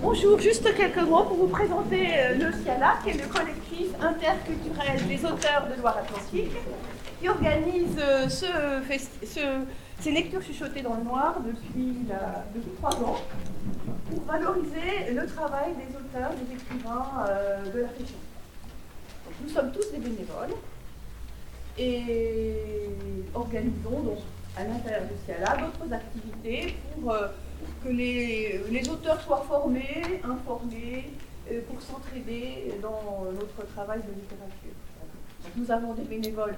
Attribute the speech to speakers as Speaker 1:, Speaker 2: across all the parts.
Speaker 1: Bonjour, juste quelques mots pour vous présenter euh, le CIALA, qui est le collectif interculturel des auteurs de Loire-Atlantique, qui organise euh, ce festi- ce- ces lectures chuchotées dans le noir depuis, la- depuis trois ans, pour valoriser le travail des auteurs, des écrivains euh, de la région. Donc, Nous sommes tous des bénévoles et organisons donc à l'intérieur du CIALA d'autres activités pour euh, que les, euh, les auteurs soient formés, informés, euh, pour s'entraider dans notre travail de littérature. Donc, nous avons des bénévoles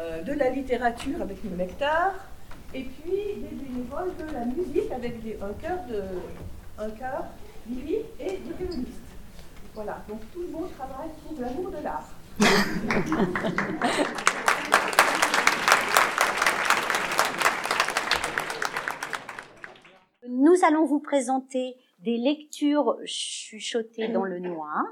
Speaker 1: euh, de la littérature avec le nectar, et puis des bénévoles de la musique avec des- un chœur de un chœur, Lily et des violonistes. Voilà, donc tout le monde travaille pour l'amour de l'art.
Speaker 2: Nous allons vous présenter des lectures chuchotées dans le noir.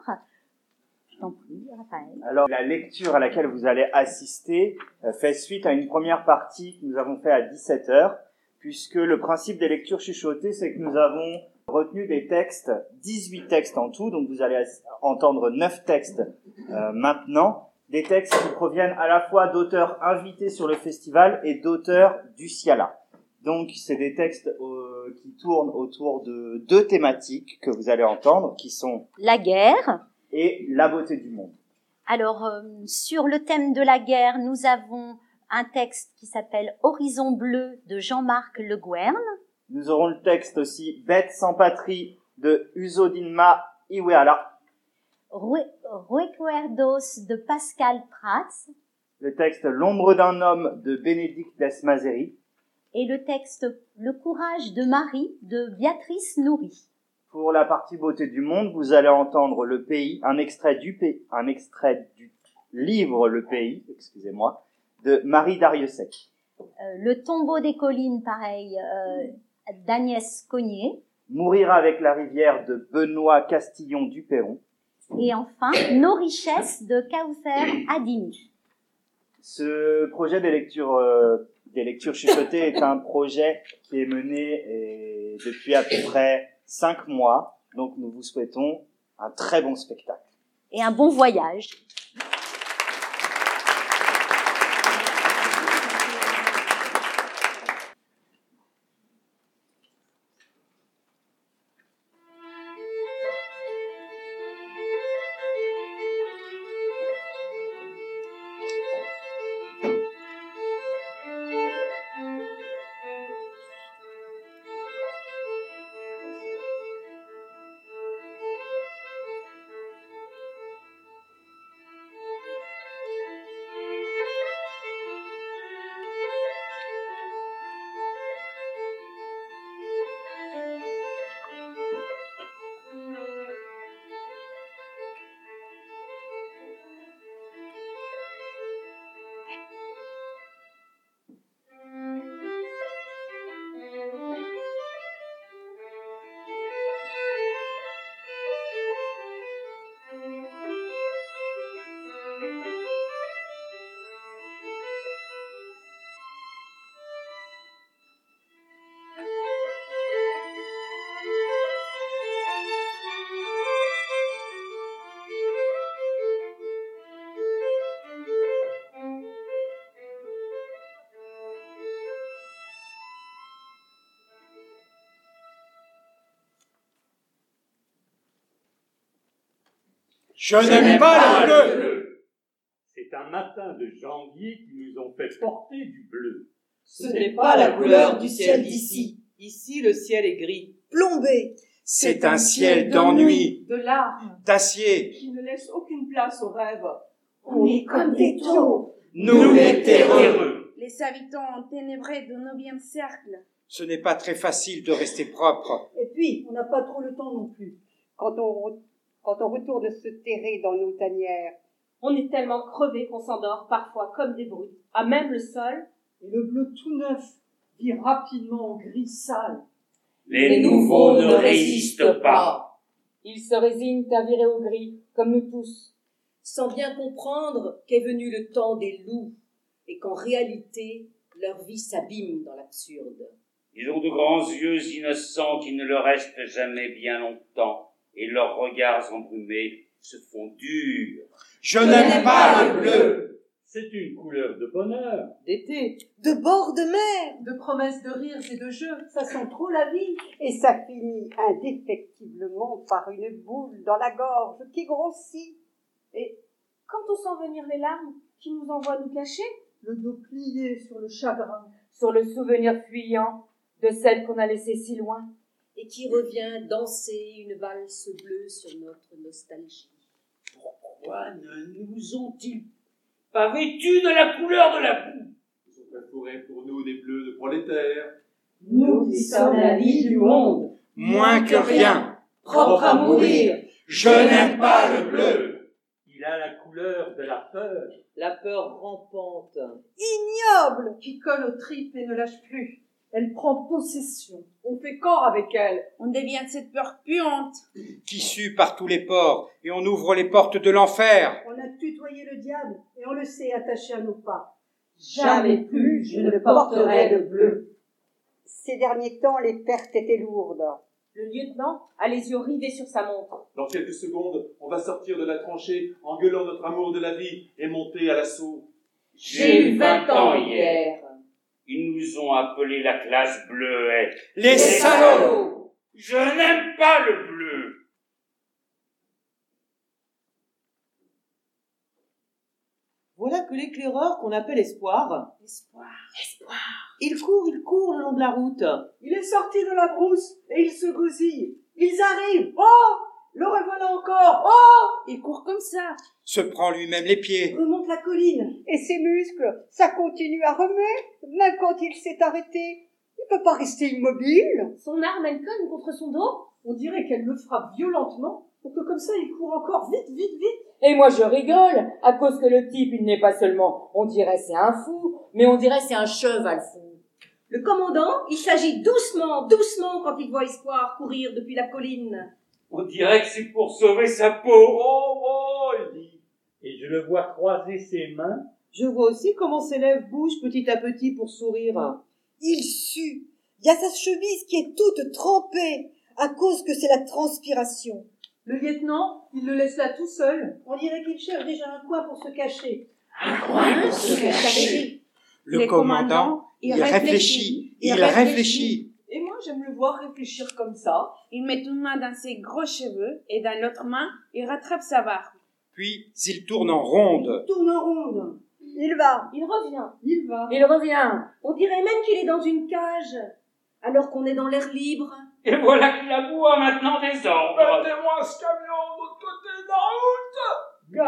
Speaker 2: Je t'en prie, Raphaël.
Speaker 3: Alors, la lecture à laquelle vous allez assister euh, fait suite à une première partie que nous avons fait à 17h, puisque le principe des lectures chuchotées, c'est que nous avons retenu des textes, 18 textes en tout, donc vous allez ass- entendre 9 textes euh, maintenant, des textes qui proviennent à la fois d'auteurs invités sur le festival et d'auteurs du Ciala. Donc, c'est des textes euh, qui tournent autour de deux thématiques que vous allez entendre, qui sont
Speaker 2: La guerre.
Speaker 3: et la beauté du monde.
Speaker 2: Alors, euh, sur le thème de la guerre, nous avons un texte qui s'appelle Horizon bleu de Jean-Marc Le Guern.
Speaker 3: Nous aurons le texte aussi Bête sans patrie de Uzodinma Iweala.
Speaker 2: Rue- Recuerdos de Pascal Prats
Speaker 3: Le texte L'ombre d'un homme de Bénédicte Desmazeri.
Speaker 2: et le texte Le courage de Marie de Béatrice Nourri.
Speaker 3: Pour la partie beauté du monde, vous allez entendre le pays, un extrait du pays, un extrait du livre Le pays, excusez-moi, de Marie Dariussec.
Speaker 2: Euh, le tombeau des collines, pareil, euh, d'Agnès Cognier.
Speaker 3: Mourir avec la rivière de Benoît Castillon du Perron.
Speaker 2: Et enfin, Nos richesses de Kaufer Adimi.
Speaker 3: Ce projet des lectures, euh, des lectures chuchotées est un projet qui est mené euh, depuis à peu près cinq mois. Donc nous vous souhaitons un très bon spectacle.
Speaker 2: Et un bon voyage.
Speaker 4: Je n'aime pas le bleu.
Speaker 5: C'est un matin de janvier qui nous ont fait porter du bleu.
Speaker 6: Ce n'est pas la couleur du ciel d'ici.
Speaker 7: Ici, le ciel est gris.
Speaker 6: Plombé.
Speaker 4: C'est un ciel d'ennui,
Speaker 1: De larmes
Speaker 4: d'acier.
Speaker 1: qui ne laissent aucune place aux rêves.
Speaker 6: On est comme des taureaux.
Speaker 4: Nous les terreux.
Speaker 8: les habitants enténébrés du 9e cercle.
Speaker 4: Ce n'est pas très facile de rester propre.
Speaker 9: Et puis, on n'a pas trop le temps non plus.
Speaker 10: quand on, re- quand on retourne se terrer dans nos tanières.
Speaker 11: On est tellement crevé qu'on s'endort parfois comme des brutes, à même le sol.
Speaker 9: Et le bleu tout neuf vit rapidement en gris sale.
Speaker 7: Les nouveaux ne résistent
Speaker 12: Ah.
Speaker 7: pas.
Speaker 11: Ils se résignent à virer au gris, comme nous tous.
Speaker 12: sans bien comprendre qu'est venu le temps des loups et qu'en réalité leur vie s'abîme dans l'absurde.
Speaker 13: Ils ont de grands yeux innocents qui ne le restent jamais bien longtemps. et leurs regards embrumés se font durs.
Speaker 14: Je n'aime pas le bleu.
Speaker 3: C'est une couleur de bonheur.
Speaker 1: D'été. De bord de mer. De promesses de rires et de jeux. Ça sent trop la vie.
Speaker 15: Et ça finit indéfectiblement par une boule dans la gorge qui grossit.
Speaker 16: Et quand on sent venir les larmes qui nous envoient nous cacher,
Speaker 1: le dos plié sur le chagrin,
Speaker 4: sur le souvenir fuyant de celle qu'on a laissée si loin,
Speaker 12: et qui revient danser une valse bleue sur notre nostalgie.
Speaker 13: Pourquoi ne nous ont-ils pas vêtus de la couleur de la boue
Speaker 17: Ils ont perforé pour nous des bleus de prolétaires.
Speaker 18: Nous qui sommes la vie du monde,
Speaker 14: moins que rien,
Speaker 18: propre à mourir.
Speaker 14: Je n'aime pas le bleu.
Speaker 3: Il a la couleur de la peur.
Speaker 19: La peur rampante.
Speaker 1: Ignoble Qui colle aux tripes et ne lâche plus. Elle prend possession. On fait corps avec elle.
Speaker 2: On devient de cette peur puante.
Speaker 14: Qui sue par tous les ports, et on ouvre les portes de l'enfer.
Speaker 1: On a tutoyé le diable, et on le sait attaché à nos pas.
Speaker 18: Jamais plus je ne porterai le bleu.
Speaker 15: Ces derniers temps, les pertes étaient lourdes.
Speaker 16: Le lieutenant a les yeux rivés sur sa montre.
Speaker 17: Dans quelques secondes, on va sortir de la tranchée en gueulant notre amour de la vie et monter à l'assaut.
Speaker 13: J'ai eu vingt ans hier. Ils nous ont appelés la classe bleuette.
Speaker 14: Les, salauds
Speaker 13: Je n'aime pas le bleu.
Speaker 19: Voilà que l'éclaireur qu'on appelle Espoir.
Speaker 16: Espoir. Espoir.
Speaker 19: Il court, il court le long de la route.
Speaker 1: Il est sorti de la brousse et il se gousille. Ils arrivent. Oh Le revoilà encore. Oh
Speaker 2: Il court comme ça.
Speaker 14: Se prend lui-même les pieds.
Speaker 1: Remonte la colline.
Speaker 15: Et ses muscles, ça continue à remuer, même quand il s'est arrêté. Il peut pas rester immobile.
Speaker 16: Son arme, elle cogne contre son dos.
Speaker 1: On dirait qu'elle le frappe violentement pour que comme ça il court encore vite, vite, vite.
Speaker 4: Et moi je rigole, à cause que le type, il n'est pas seulement, on dirait c'est un fou, mais on dirait c'est un cheval fou.
Speaker 12: Le commandant, il s'agit doucement, doucement quand il voit Espoir courir depuis la colline.
Speaker 13: On dirait que c'est pour sauver sa peau.
Speaker 3: Oh, oh, il dit. Et je le vois croiser ses mains.
Speaker 19: Je vois aussi comment ses lèvres bougent petit à petit pour sourire.
Speaker 18: Il sue. Il y a sa chemise qui est toute trempée à cause que c'est la transpiration.
Speaker 1: Le lieutenant, il le laisse là tout seul. On dirait qu'il cherche déjà un coin pour se cacher.
Speaker 13: Un coin pour se cacher.
Speaker 14: Le Les commandant, il réfléchit, il réfléchit. réfléchit.
Speaker 1: Et moi, j'aime le voir réfléchir comme ça.
Speaker 2: Il met une main dans ses gros cheveux et dans l'autre main, il rattrape sa barbe.
Speaker 14: Puis, il tourne en ronde.
Speaker 1: Il tourne en ronde.
Speaker 15: Il va.
Speaker 12: Il revient.
Speaker 1: Il va.
Speaker 4: Il revient.
Speaker 12: On dirait même qu'il est dans une cage, alors qu'on est dans l'air libre.
Speaker 13: Et voilà qu'il aboie maintenant des ordres.
Speaker 3: Mettez-moi ce camion de l'autre côté de la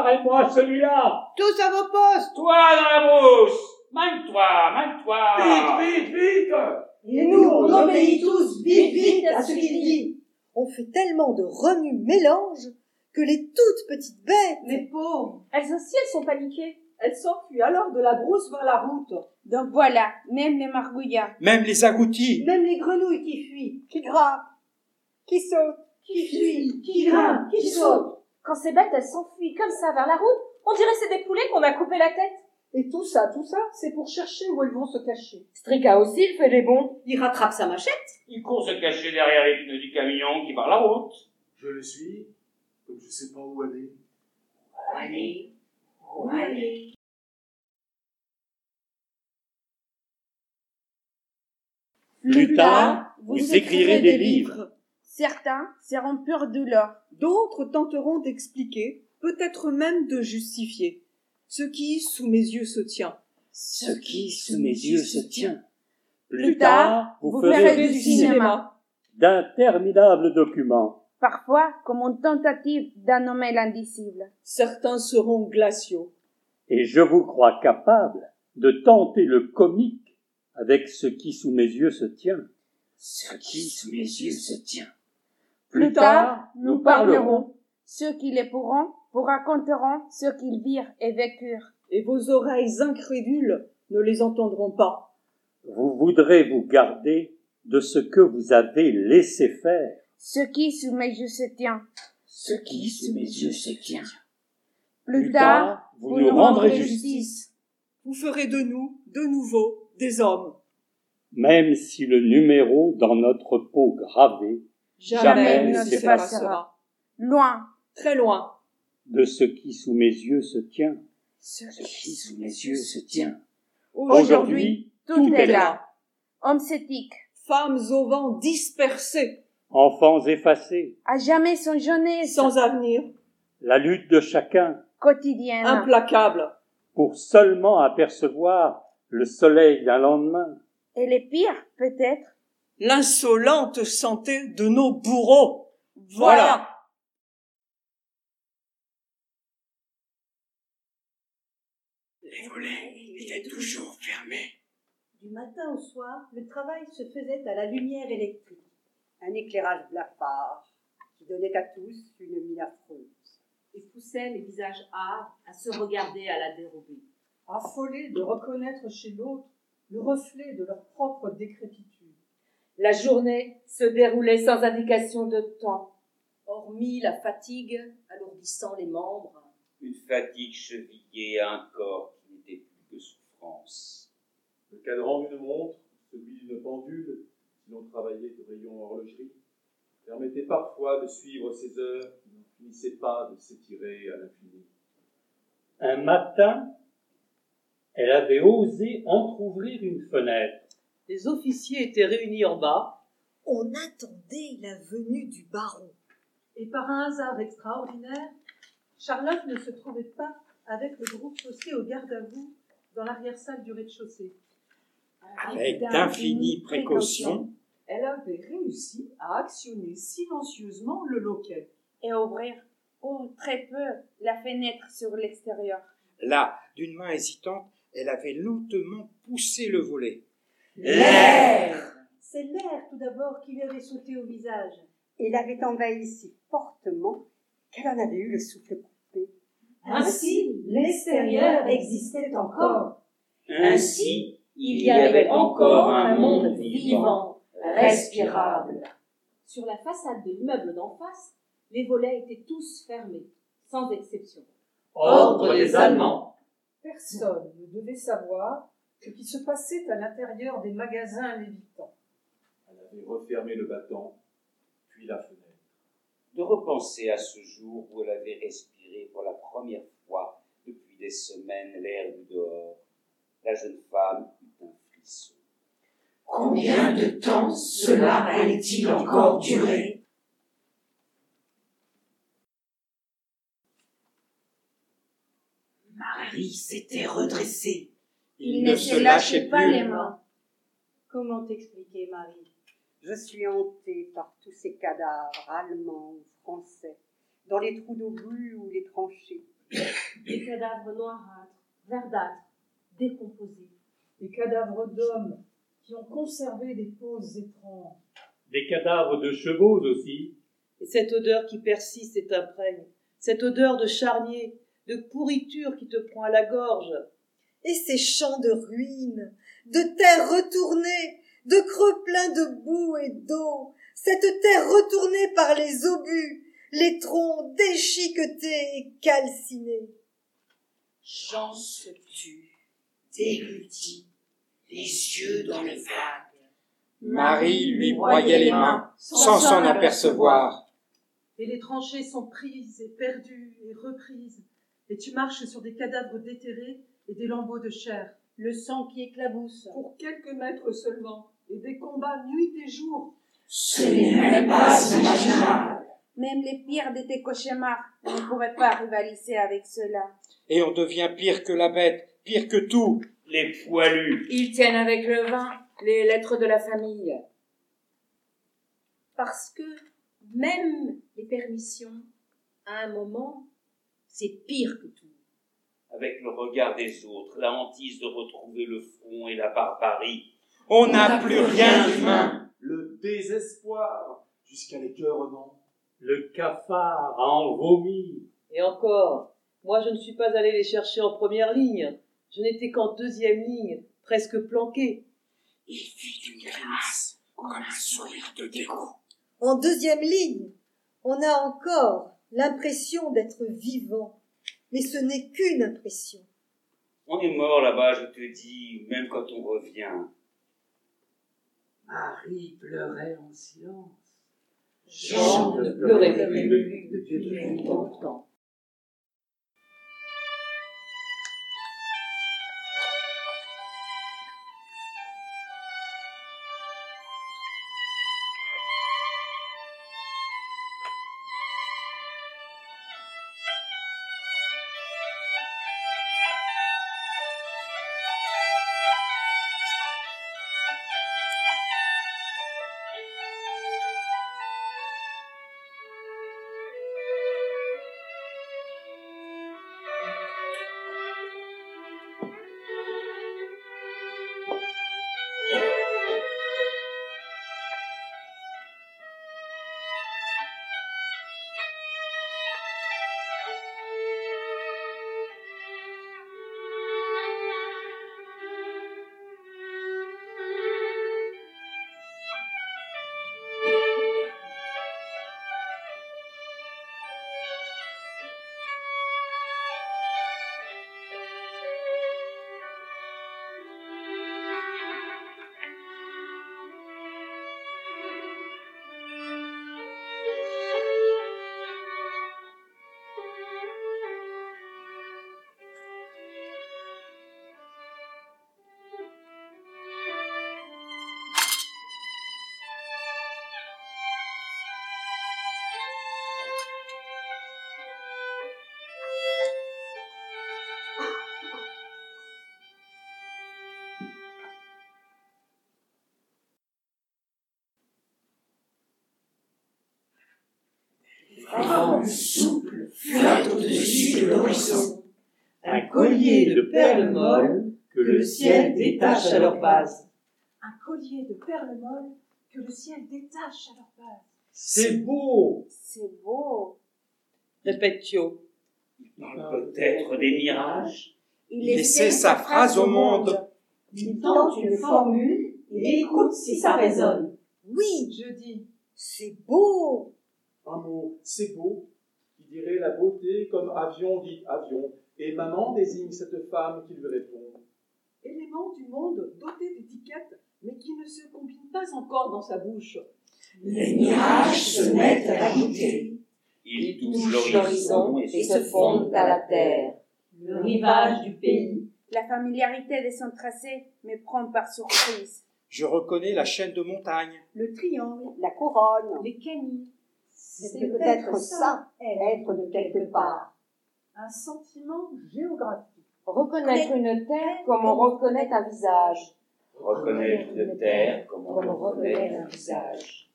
Speaker 3: route Garez-moi celui-là
Speaker 15: Tous à vos postes
Speaker 13: Toi dans la brousse Mène-toi, mène-toi
Speaker 3: Vite, vite, vite
Speaker 18: Et nous, on obéit tous vite, vite à ce qu'il dit
Speaker 15: On fait tellement de remue-mélange que les toutes petites bêtes...
Speaker 1: Les pauvres
Speaker 16: Elles aussi, elles sont paniquées
Speaker 1: elle s'enfuit alors de la brousse vers la route.
Speaker 2: Donc voilà, même les margouillards.
Speaker 14: Même les agoutis.
Speaker 1: Même les grenouilles qui fuient,
Speaker 15: qui grimpent, qui sautent,
Speaker 1: qui fuient, qui grimpent, qui, qui sautent.
Speaker 16: Quand ces bêtes, elles s'enfuient comme ça vers la route, on dirait c'est des poulets qu'on a coupé la tête.
Speaker 1: Et tout ça, tout ça, c'est pour chercher où elles vont se cacher.
Speaker 4: Strika aussi, il fait des bons.
Speaker 12: Il rattrape sa machette.
Speaker 13: Il court se cacher derrière les pneus du camion qui barre la route.
Speaker 17: Je le suis, comme je sais pas où aller.
Speaker 13: Où aller Où aller
Speaker 2: Plus tard,
Speaker 17: vous, vous écrirez des, des livres. livres.
Speaker 2: Certains seront purs douleur.
Speaker 19: D'autres tenteront d'expliquer, peut-être même de justifier. Ce qui, sous mes yeux, se tient.
Speaker 13: Ce qui, sous mes yeux, se tient.
Speaker 2: Plus tard, vous, vous ferez, ferez du cinéma. cinéma.
Speaker 3: D'interminables documents.
Speaker 2: Parfois, comme une tentative d'un nommer l'indicible.
Speaker 19: Certains seront glaciaux.
Speaker 3: Et je vous crois capable de tenter le comique avec ce qui sous mes yeux se tient.
Speaker 13: Ce qui sous mes yeux se tient.
Speaker 2: Plus tard, nous parlerons. Ceux qui les pourront vous raconteront ce qu'ils virent et vécurent.
Speaker 19: Et vos oreilles incrédules ne les entendront pas.
Speaker 3: Vous voudrez vous garder de ce que vous avez laissé faire.
Speaker 2: Ce qui sous mes yeux se tient.
Speaker 13: Ce qui sous mes yeux se tient.
Speaker 2: Plus tard, vous nous rendrez justice.
Speaker 19: Vous ferez de nous, de nouveau, des hommes.
Speaker 3: Même si le numéro dans notre peau gravé
Speaker 2: jamais, jamais ne se passera. passera. Loin.
Speaker 20: Très loin.
Speaker 3: de ce qui sous mes yeux se tient.
Speaker 2: Ce
Speaker 3: qui sous mes yeux se tient.
Speaker 2: Aujourd'hui, tout, est là. Hommes cétiques,
Speaker 21: Femmes au vent dispersées,
Speaker 3: Enfants effacés,
Speaker 2: à jamais sans jeunesse,
Speaker 21: sans avenir,
Speaker 3: la lutte de chacun
Speaker 2: quotidienne,
Speaker 21: implacables,
Speaker 3: pour seulement apercevoir le soleil d'un lendemain.
Speaker 2: et les pires, peut-être,
Speaker 21: l'insolente santé de nos bourreaux. voilà.
Speaker 13: Les volets étaient toujours fermés.
Speaker 12: Du matin au soir, le travail se faisait à la lumière électrique.
Speaker 20: Un éclairage blafard qui donnait à tous une mine affreuse.
Speaker 22: et poussait les visages âpres à se regarder à la dérobée.
Speaker 1: affolés de reconnaître chez l'autre le reflet de leur propre décrépitude.
Speaker 23: La journée se déroulait sans indication de temps.
Speaker 12: Hormis la fatigue alourdissant les membres,
Speaker 13: Une fatigue chevillée à un corps qui n'était plus que souffrance.
Speaker 4: Le cadran d'une montre, celui d'une pendule, si l'on travaillait de rayon à horlogerie, permettait parfois de suivre ces heures qui ne finissaient pas de s'étirer à l'infini.
Speaker 3: Un matin, elle avait osé entr'ouvrir une fenêtre.
Speaker 24: Les officiers étaient réunis en bas.
Speaker 19: On attendait la venue du baron.
Speaker 1: Et par un hasard extraordinaire, Charlotte ne se trouvait pas avec le groupe posté au garde-à-vous dans l'arrière-salle du rez-de-chaussée.
Speaker 24: Avec d'infinies précautions,
Speaker 1: elle avait réussi à actionner silencieusement le loquet.
Speaker 2: et ouvrir, oh, très peu, la fenêtre sur l'extérieur.
Speaker 24: Là, d'une main hésitante, elle avait lentement poussé le volet.
Speaker 14: C'est l'air tout d'abord qui lui avait sauté au visage.
Speaker 20: Il avait envahi si fortement qu'elle en avait eu le souffle coupé.
Speaker 14: Ainsi, l'extérieur existait encore.
Speaker 13: Ainsi, il y avait encore un monde
Speaker 22: vivant,
Speaker 13: vivant,
Speaker 22: respirable.
Speaker 13: respirable.
Speaker 22: Sur la façade de l'immeuble d'en face, les volets étaient tous fermés, sans exception.
Speaker 13: Ordre des Allemands.
Speaker 1: Personne ne devait savoir ce qui se passait à l'intérieur des magasins lévitants.
Speaker 4: Elle avait refermé le battant, puis la fenêtre.
Speaker 13: De repenser à ce jour où elle avait respiré pour la première fois depuis des semaines l'air du dehors, la jeune femme eut un frisson.
Speaker 1: Combien de temps cela allait-il encore durer
Speaker 24: Marie s'était redressée.
Speaker 20: Il
Speaker 24: ne se lâchait plus.
Speaker 20: Comment t'expliquer, Marie Je suis hantée par tous ces cadavres allemands ou français, dans les trous d'obus ou les tranchées.
Speaker 22: Des cadavres noirâtres, verdâtres, décomposés.
Speaker 1: Des cadavres d'hommes qui ont conservé des poses étranges.
Speaker 3: Des cadavres de chevaux aussi.
Speaker 24: Et cette odeur qui persiste et t'imprègne, cette odeur de charnier, de pourriture qui te prend à la gorge.
Speaker 19: Et ces champs de ruines, de terre retournée, de creux pleins de boue et d'eau, cette terre retournée par les obus, les troncs déchiquetés et calcinés.
Speaker 12: Jean se tue.
Speaker 1: déglutit, les yeux dans le vague.
Speaker 14: Marie lui broyait les mains, sans s'en apercevoir.
Speaker 1: Et les tranchées sont prises et perdues et reprises, et tu marches sur des cadavres déterrés et des lambeaux de chair. Le sang qui éclabousse. Pour quelques mètres seulement, et des combats nuit et jour.
Speaker 2: Ce n'est même pas imaginable. Même les pires de tes cauchemars ne pourraient pas rivaliser avec cela.
Speaker 14: Et on devient pire que la bête, pire que tout.
Speaker 13: Les poilus.
Speaker 23: Ils tiennent avec le vin les lettres de la famille.
Speaker 12: Parce que même les permissions, à un moment, c'est pire que tout.
Speaker 13: Avec le regard des autres, la hantise de retrouver le front et la barbarie.
Speaker 14: On n'a plus rien d'humain.
Speaker 4: Le désespoir, jusqu'à l'écœurement.
Speaker 3: Le cafard en vomi.
Speaker 24: Et encore, moi je ne suis pas allé les chercher en première ligne. Je n'étais qu'en deuxième ligne, presque planqué.
Speaker 13: Il fit une grimace, comme un sourire de dégoût.
Speaker 19: En deuxième ligne, on a encore l'impression d'être vivant, mais ce n'est qu'une impression.
Speaker 13: On est mort là-bas, je te dis, même quand on revient.
Speaker 24: Marie pleurait en silence.
Speaker 25: Jean ne pleurait plus depuis longtemps.
Speaker 26: vent souple flotte au-dessus de l'horizon. Un collier de perles molles que le ciel détache à leur base.
Speaker 1: Un collier de perles molles que le ciel détache à leur base.
Speaker 26: C'est beau
Speaker 1: C'est beau.
Speaker 27: Répète Thio.
Speaker 28: Peut-être des mirages.
Speaker 26: Il essaie sa phrase au monde.
Speaker 1: Il tente une formule et écoute si ça résonne.
Speaker 29: Oui,
Speaker 1: je dis.
Speaker 29: c'est beau.
Speaker 13: Un mot, c'est beau, qui dirait la beauté comme avion dit avion, et maman désigne cette femme qui lui répond.
Speaker 1: Élément du monde doté d'étiquettes, mais qui ne se combine pas encore dans sa bouche.
Speaker 26: Les mirages se mettent à la goûter.
Speaker 14: Ils
Speaker 12: touchent l'horizon et se fondent à la terre.
Speaker 30: Le rivage du pays.
Speaker 4: La familiarité de son tracé me prend par surprise.
Speaker 28: Je reconnais la chaîne de montagne.
Speaker 19: Le triangle, la couronne,
Speaker 30: les canines.
Speaker 19: C'est peut-être ça, être de quelque part.
Speaker 1: Un sentiment géographique.
Speaker 12: Reconnaître une terre comme on reconnaît un visage.
Speaker 14: Reconnaître une terre comme on
Speaker 12: Comme on
Speaker 14: reconnaît
Speaker 12: reconnaît
Speaker 14: un
Speaker 12: un
Speaker 14: visage.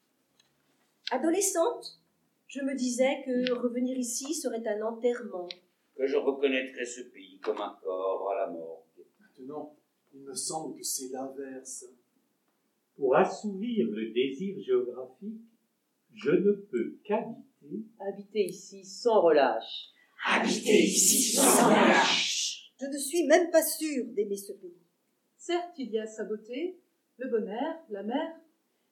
Speaker 25: Adolescente, je me disais que revenir ici serait un enterrement.
Speaker 14: Que je reconnaîtrais ce pays comme un
Speaker 3: Oh,
Speaker 14: corps à la mort.
Speaker 13: Maintenant, il me semble que c'est l'inverse.
Speaker 31: Pour assouvir le désir géographique, je ne peux qu'habiter.
Speaker 27: Habiter ici sans relâche.
Speaker 31: Habiter ici sans
Speaker 29: Je ne suis même pas sûre d'aimer ce pays.
Speaker 1: Certes, il y a sa beauté, le bon air, la mer,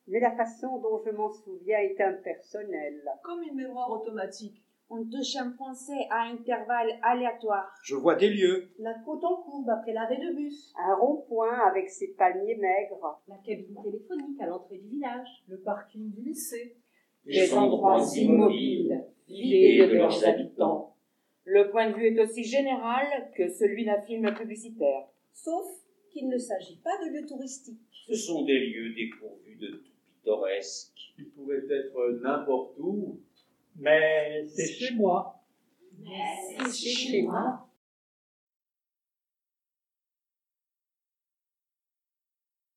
Speaker 19: Mais la façon dont je m'en souviens est impersonnelle.
Speaker 1: comme une mémoire automatique.
Speaker 4: On touche un français à intervalles aléatoires.
Speaker 28: Je vois des lieux.
Speaker 19: La côte en courbe après l'arrêt de bus. Un rond-point avec ses palmiers maigres.
Speaker 30: La cabine téléphonique à l'entrée du village.
Speaker 1: Le parking du lycée.
Speaker 12: Les endroits immobiles, vidés de leurs habitants. Le point de vue est aussi général que celui d'un film publicitaire.
Speaker 25: Sauf qu'il ne s'agit pas de lieux touristiques.
Speaker 14: Ce sont des lieux dépourvus de tout pittoresque.
Speaker 13: Il pourrait être n'importe où.
Speaker 31: Mais c'est chez moi.
Speaker 25: Mais
Speaker 31: c'est chez moi.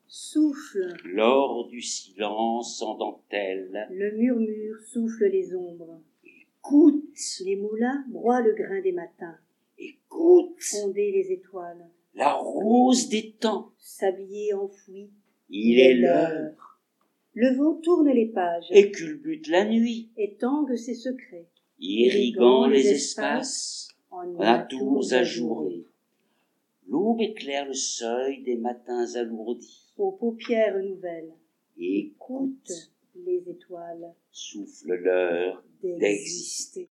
Speaker 19: Souffle,
Speaker 14: L'or du silence en dentelle.
Speaker 19: le murmure souffle les ombres.
Speaker 14: Écoute
Speaker 19: Les moulins broient le grain des matins.
Speaker 14: Écoute
Speaker 19: Fonder les étoiles,
Speaker 14: La rose des temps.
Speaker 19: sablier enfoui.
Speaker 14: Il est l'heure.
Speaker 19: Le vent tourne les pages
Speaker 14: Et culbute la nuit.
Speaker 19: et tangue ses secrets.
Speaker 14: Irriguant les espaces.
Speaker 19: En
Speaker 14: à tours ajourés. L'aube éclaire le seuil des matins alourdis.
Speaker 19: Aux paupières nouvelles,
Speaker 14: Écoute,
Speaker 19: les étoiles
Speaker 14: souffle l'heure d'exister.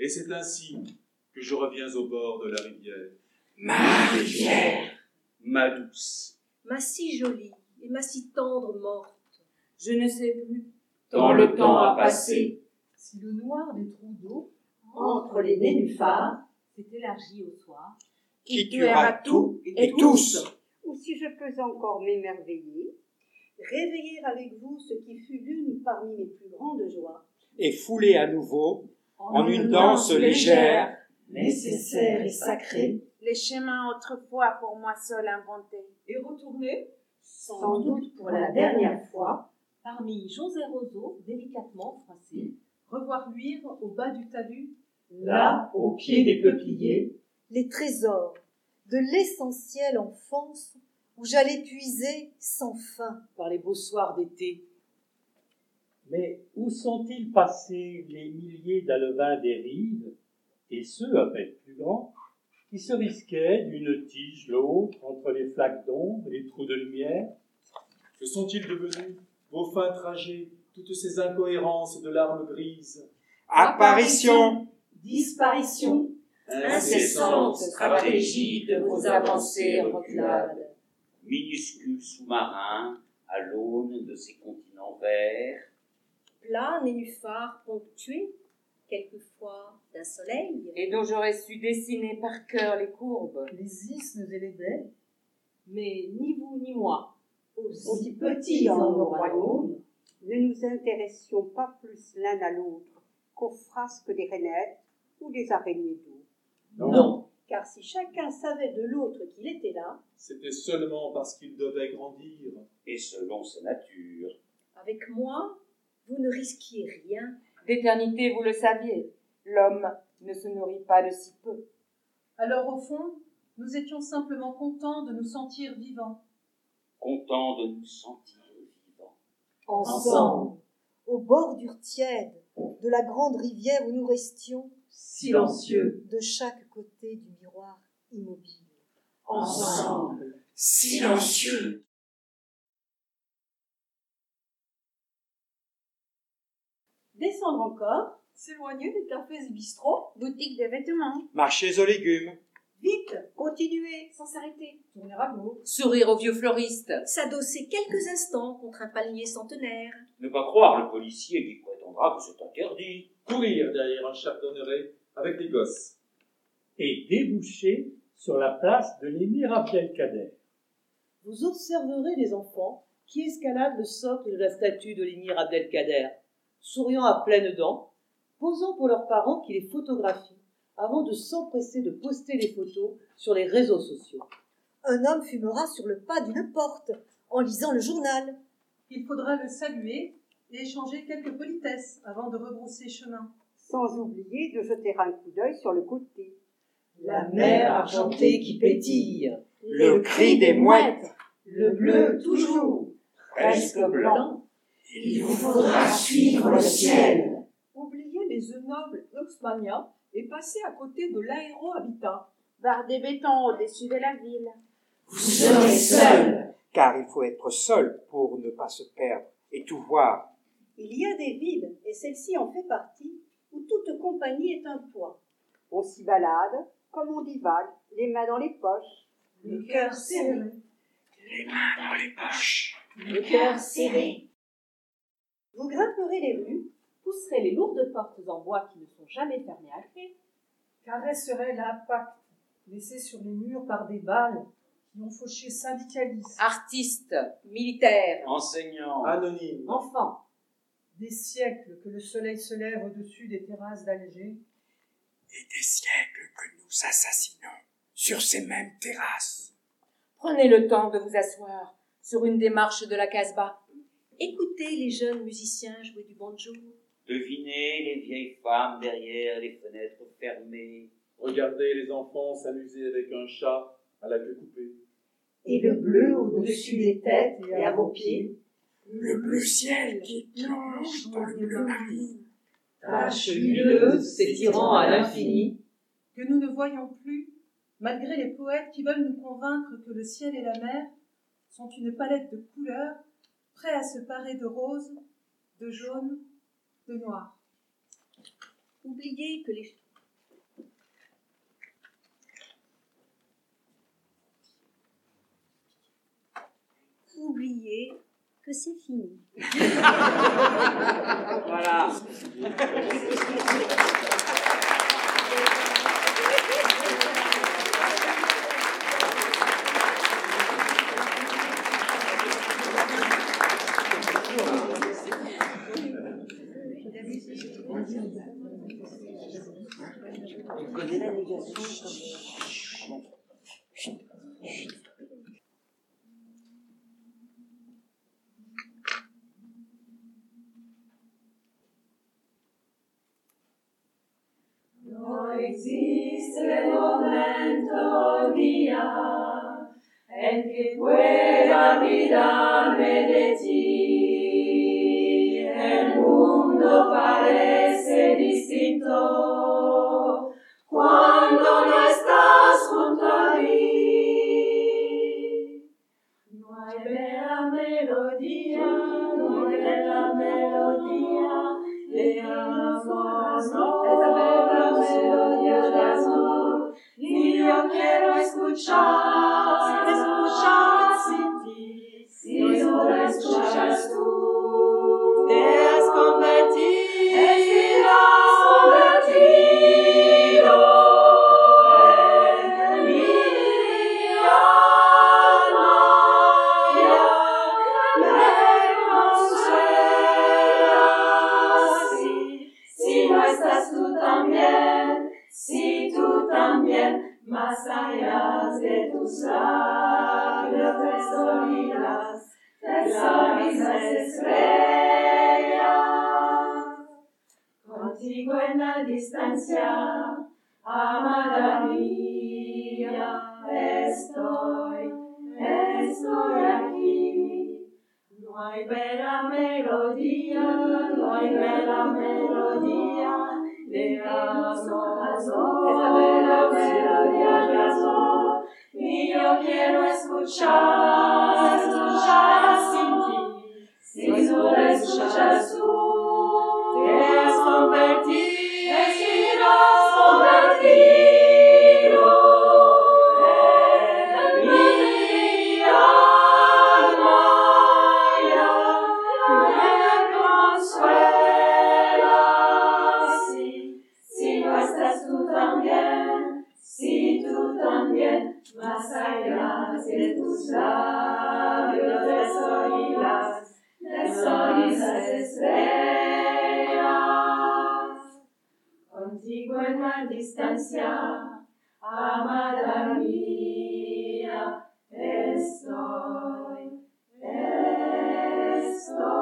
Speaker 13: Et c'est ainsi que je reviens au bord de la rivière.
Speaker 14: Ma rivière, ma douce,
Speaker 25: Ma si jolie,
Speaker 32: et m'a si tendrement
Speaker 33: Je ne sais plus.
Speaker 12: Tant le temps a passé,
Speaker 1: Si le noir des trous d'eau
Speaker 12: entre les nénuphars,
Speaker 1: s'est élargi au soir,
Speaker 12: qui tuera tout et tous.
Speaker 19: Ou si je peux encore m'émerveiller, réveiller avec vous ce qui fut l'une parmi mes plus grandes joies.
Speaker 14: et foulée à nouveau en une danse légère,
Speaker 12: nécessaire et sacrée,
Speaker 34: Les chemins autrefois pour moi seul inventés.
Speaker 4: Et retourner
Speaker 12: sans doute pour la dernière fois,
Speaker 35: Parmi José Roseau, délicatement froissé,
Speaker 4: revoir luire au bas du talus
Speaker 12: là, au pied des peupliers,
Speaker 36: les trésors de l'essentielle enfance où j'allais puiser sans fin.
Speaker 37: par les beaux soirs d'été.
Speaker 38: Mais où sont-ils passés les milliers d'alevins des rives, et ceux à peine plus grands, qui se risquaient d'une tige l'autre entre les flaques d'ombre et les trous de lumière
Speaker 39: Que sont-ils devenus, vos fins trajets, toutes ces incohérences de larmes grises
Speaker 14: apparition,
Speaker 12: disparition, incessante stratégie de vos avancées reculades.
Speaker 13: minuscule sous-marin à l'aune de ces continents verts,
Speaker 32: plat nénuphar ponctué, quelquefois d'un soleil,
Speaker 33: Et dont j'aurais su dessiner par cœur les courbes.
Speaker 1: les isthmes et les baies,
Speaker 32: mais ni vous ni moi,
Speaker 1: aussi petits en nos royaumes,
Speaker 19: Ne nous intéressions pas plus l'un à l'autre qu'aux frasques des rainettes ou des araignées d'eau.
Speaker 39: Non.
Speaker 40: Car si chacun savait de l'autre qu'il était là,
Speaker 39: C'était seulement parce qu'ils devaient grandir.
Speaker 13: et selon sa nature,
Speaker 40: avec moi, vous ne risquiez rien.
Speaker 33: D'éternité, vous le saviez, l'homme ne se nourrit pas de si peu.
Speaker 4: Alors au fond, nous étions simplement contents de nous sentir vivants.
Speaker 13: content de nous sentir vivants.
Speaker 1: ensemble,
Speaker 36: Au bord du tiède, de la grande rivière où nous restions,
Speaker 1: silencieux,
Speaker 36: de chaque côté du miroir immobile.
Speaker 1: ensemble,
Speaker 12: silencieux.
Speaker 40: Descendre encore,
Speaker 4: S'éloigner des cafés et bistrots,
Speaker 34: Boutique de vêtements.
Speaker 14: marchés aux légumes,
Speaker 40: vite, continuer, sans s'arrêter,
Speaker 4: tourner à gauche,
Speaker 33: Sourire aux vieux floristes.
Speaker 40: s'adosser quelques instants contre un palmier centenaire,
Speaker 13: Ne pas croire le policier qui prétendra que c'est interdit.
Speaker 39: Courir derrière un chardonneret avec les gosses.
Speaker 38: et déboucher sur la place de l'émir Abdelkader.
Speaker 37: Vous observerez les enfants qui escaladent le socle de la statue de l'émir Abdelkader, souriant à pleines dents, posant pour leurs parents qui les photographient avant de s'empresser de poster les photos sur les réseaux sociaux.
Speaker 36: Un homme fumera sur le pas d'une porte en lisant le journal.
Speaker 4: il faudra le saluer et échanger quelques politesses avant de rebrousser chemin.
Speaker 19: sans oublier de jeter un coup d'œil sur le côté.
Speaker 1: la mer argentée qui pétille,
Speaker 14: le cri des mouettes,
Speaker 1: le bleu toujours,
Speaker 12: presque blanc. Il vous faudra suivre le ciel.
Speaker 4: Oubliez les œufs nobles d'Oxmania et passer à côté de l'aérohabitat.
Speaker 34: Barre des bétons au-dessus de la ville.
Speaker 12: Vous serez seul.
Speaker 14: car il faut être seul pour ne pas se perdre et tout voir.
Speaker 40: il y a des villes, et celle-ci en fait partie, où toute compagnie est un poids.
Speaker 19: On s'y balade, comme on divague, les mains dans les poches.
Speaker 1: le cœur serré,
Speaker 14: Dans les poches.
Speaker 1: le cœur serré,
Speaker 40: Vous grimperez les rues, pousserez les lourdes portes en bois qui ne sont jamais fermées à clé,
Speaker 4: Caresserait l'impact laissé sur les murs par des balles qui ont fauché syndicalistes,
Speaker 34: Ah,
Speaker 33: Artistes, militaires,
Speaker 13: Enseignant,
Speaker 39: Anonyme.
Speaker 33: enfants.
Speaker 4: des siècles que le soleil se lève au-dessus des terrasses d'Alger.
Speaker 14: Et des siècles que nous assassinons sur ces mêmes terrasses.
Speaker 33: Prenez le temps de vous asseoir sur une démarche de la Casbah.
Speaker 40: écoutez les jeunes musiciens jouer du banjo,
Speaker 13: deviner les vieilles femmes derrière les fenêtres fermées.
Speaker 39: Regarder les enfants s'amuser avec un chat à la queue coupée.
Speaker 1: et le bleu au-dessus des têtes et à vos pieds,
Speaker 14: Le bleu ciel qui plonge dans le bleu marine.
Speaker 12: Ah,
Speaker 1: taches lumineuses s'étirant à l'infini,
Speaker 4: que nous ne voyons plus, malgré les poètes qui veulent nous convaincre que le ciel et la mer sont une palette de couleurs, prêts à se parer de rose, de jaune, de noir.
Speaker 40: oubliez que les
Speaker 2: oublier que c'est fini.
Speaker 41: Voilà.
Speaker 4: No existe momento día en que pueda olvidarme de ti. El mundo parece distinto cuando no estás junto a mí. No hay bella melodía, no hay bella melodía de amor, no hay bella melodía de amor, ni yo quiero escuchar, escuchar sin ti, si no la escuchas tú, te has convertido, te has convertido en mi alma. Si no estás tú también, si tú también, más allá de tus labios te sonidas, te sonidas estrellas. Contigo en la distancia, amada mía, estoy, estoy aquí. No hay bella melodía, no hay bella melodía de amor, esa bella melodía de amor. Y yo quiero escuchar, escuchar sin ti, si solo escuchas tú, te has convertido, te has convertido en mi alma. Me consuela si, si no estás tú también, si tú también, más allá de tus labios desolidas, desolidas estrellas. Contigo en la distancia, amada mía, estoy, estoy.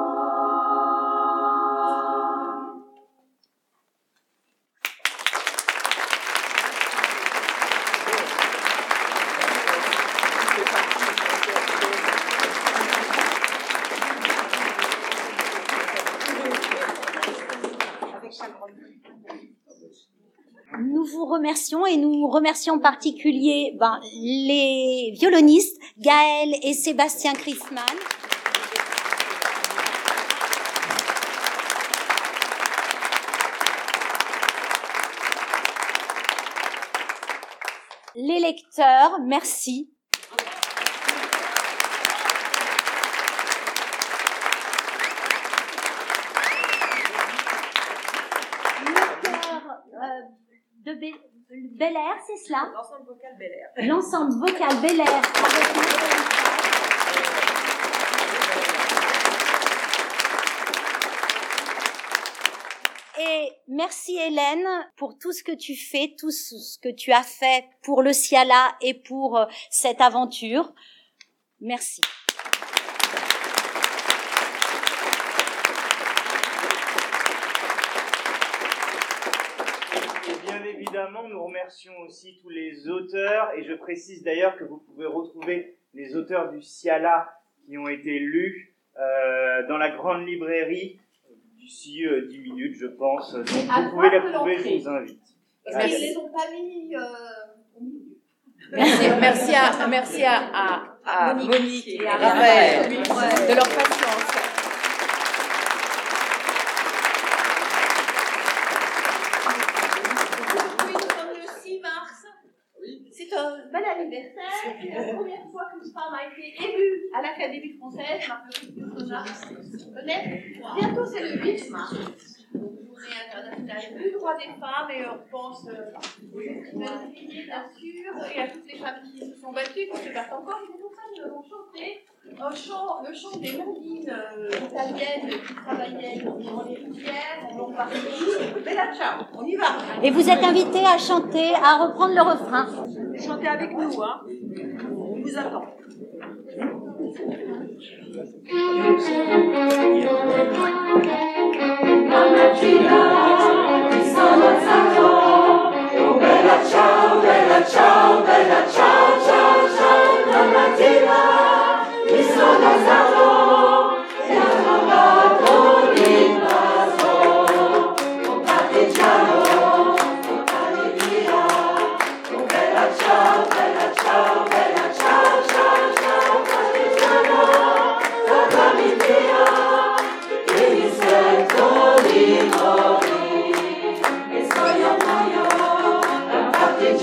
Speaker 2: Nous vous remercions et nous remercions en particulier ben, les violonistes Gaël et Sébastien Christmann. Les lecteurs, merci. L'auteur euh, de Bé- Bel Air, c'est cela
Speaker 42: L'ensemble vocal Bel Air.
Speaker 2: L'ensemble vocal Bel Air. avec Michel Richard. Et merci Hélène pour tout ce que tu fais, tout ce ce que tu as fait pour le Ciala et pour euh, cette aventure. Merci.
Speaker 3: Et bien évidemment, nous remercions aussi tous les auteurs, et je précise d'ailleurs que vous pouvez retrouver les auteurs du Ciala qui ont été lus euh, dans la grande librairie d'ici euh, 10 minutes, je pense. Donc
Speaker 1: À
Speaker 3: vous pouvez les
Speaker 1: droite de
Speaker 3: retrouver, je
Speaker 1: l'entrée.
Speaker 3: vous invite.
Speaker 1: Parce qu'ils
Speaker 3: Allez.
Speaker 1: ne les ont pas mis euh, au milieu.
Speaker 41: Merci, merci à, merci à, à, à Monique, et à Raphaël de leur patience.
Speaker 1: Oui, nous sommes le 6 mars. C'est un bel anniversaire. C'est la première fois que je parle
Speaker 4: Rouen a été élue à l'Académie française, Marguerite Yourcenar, honnête. Bientôt, c'est le 8 mars. Journée internationale du droit des femmes, et on pense euh, aux écrivaines ouvriers, bien sûr, et à toutes les femmes qui se sont battues, qui se battent encore. Et c'est pour ça que nous avons chanté un chant, le chant des mondines euh, italiennes qui travaillaient dans les rivières, en Lombardie. Bella ciao, on y va.
Speaker 2: Et vous êtes invité à chanter, à reprendre le refrain.
Speaker 4: Chantez avec nous, hein. On vous attend.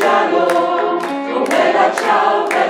Speaker 43: Ciao, bella ciao, bella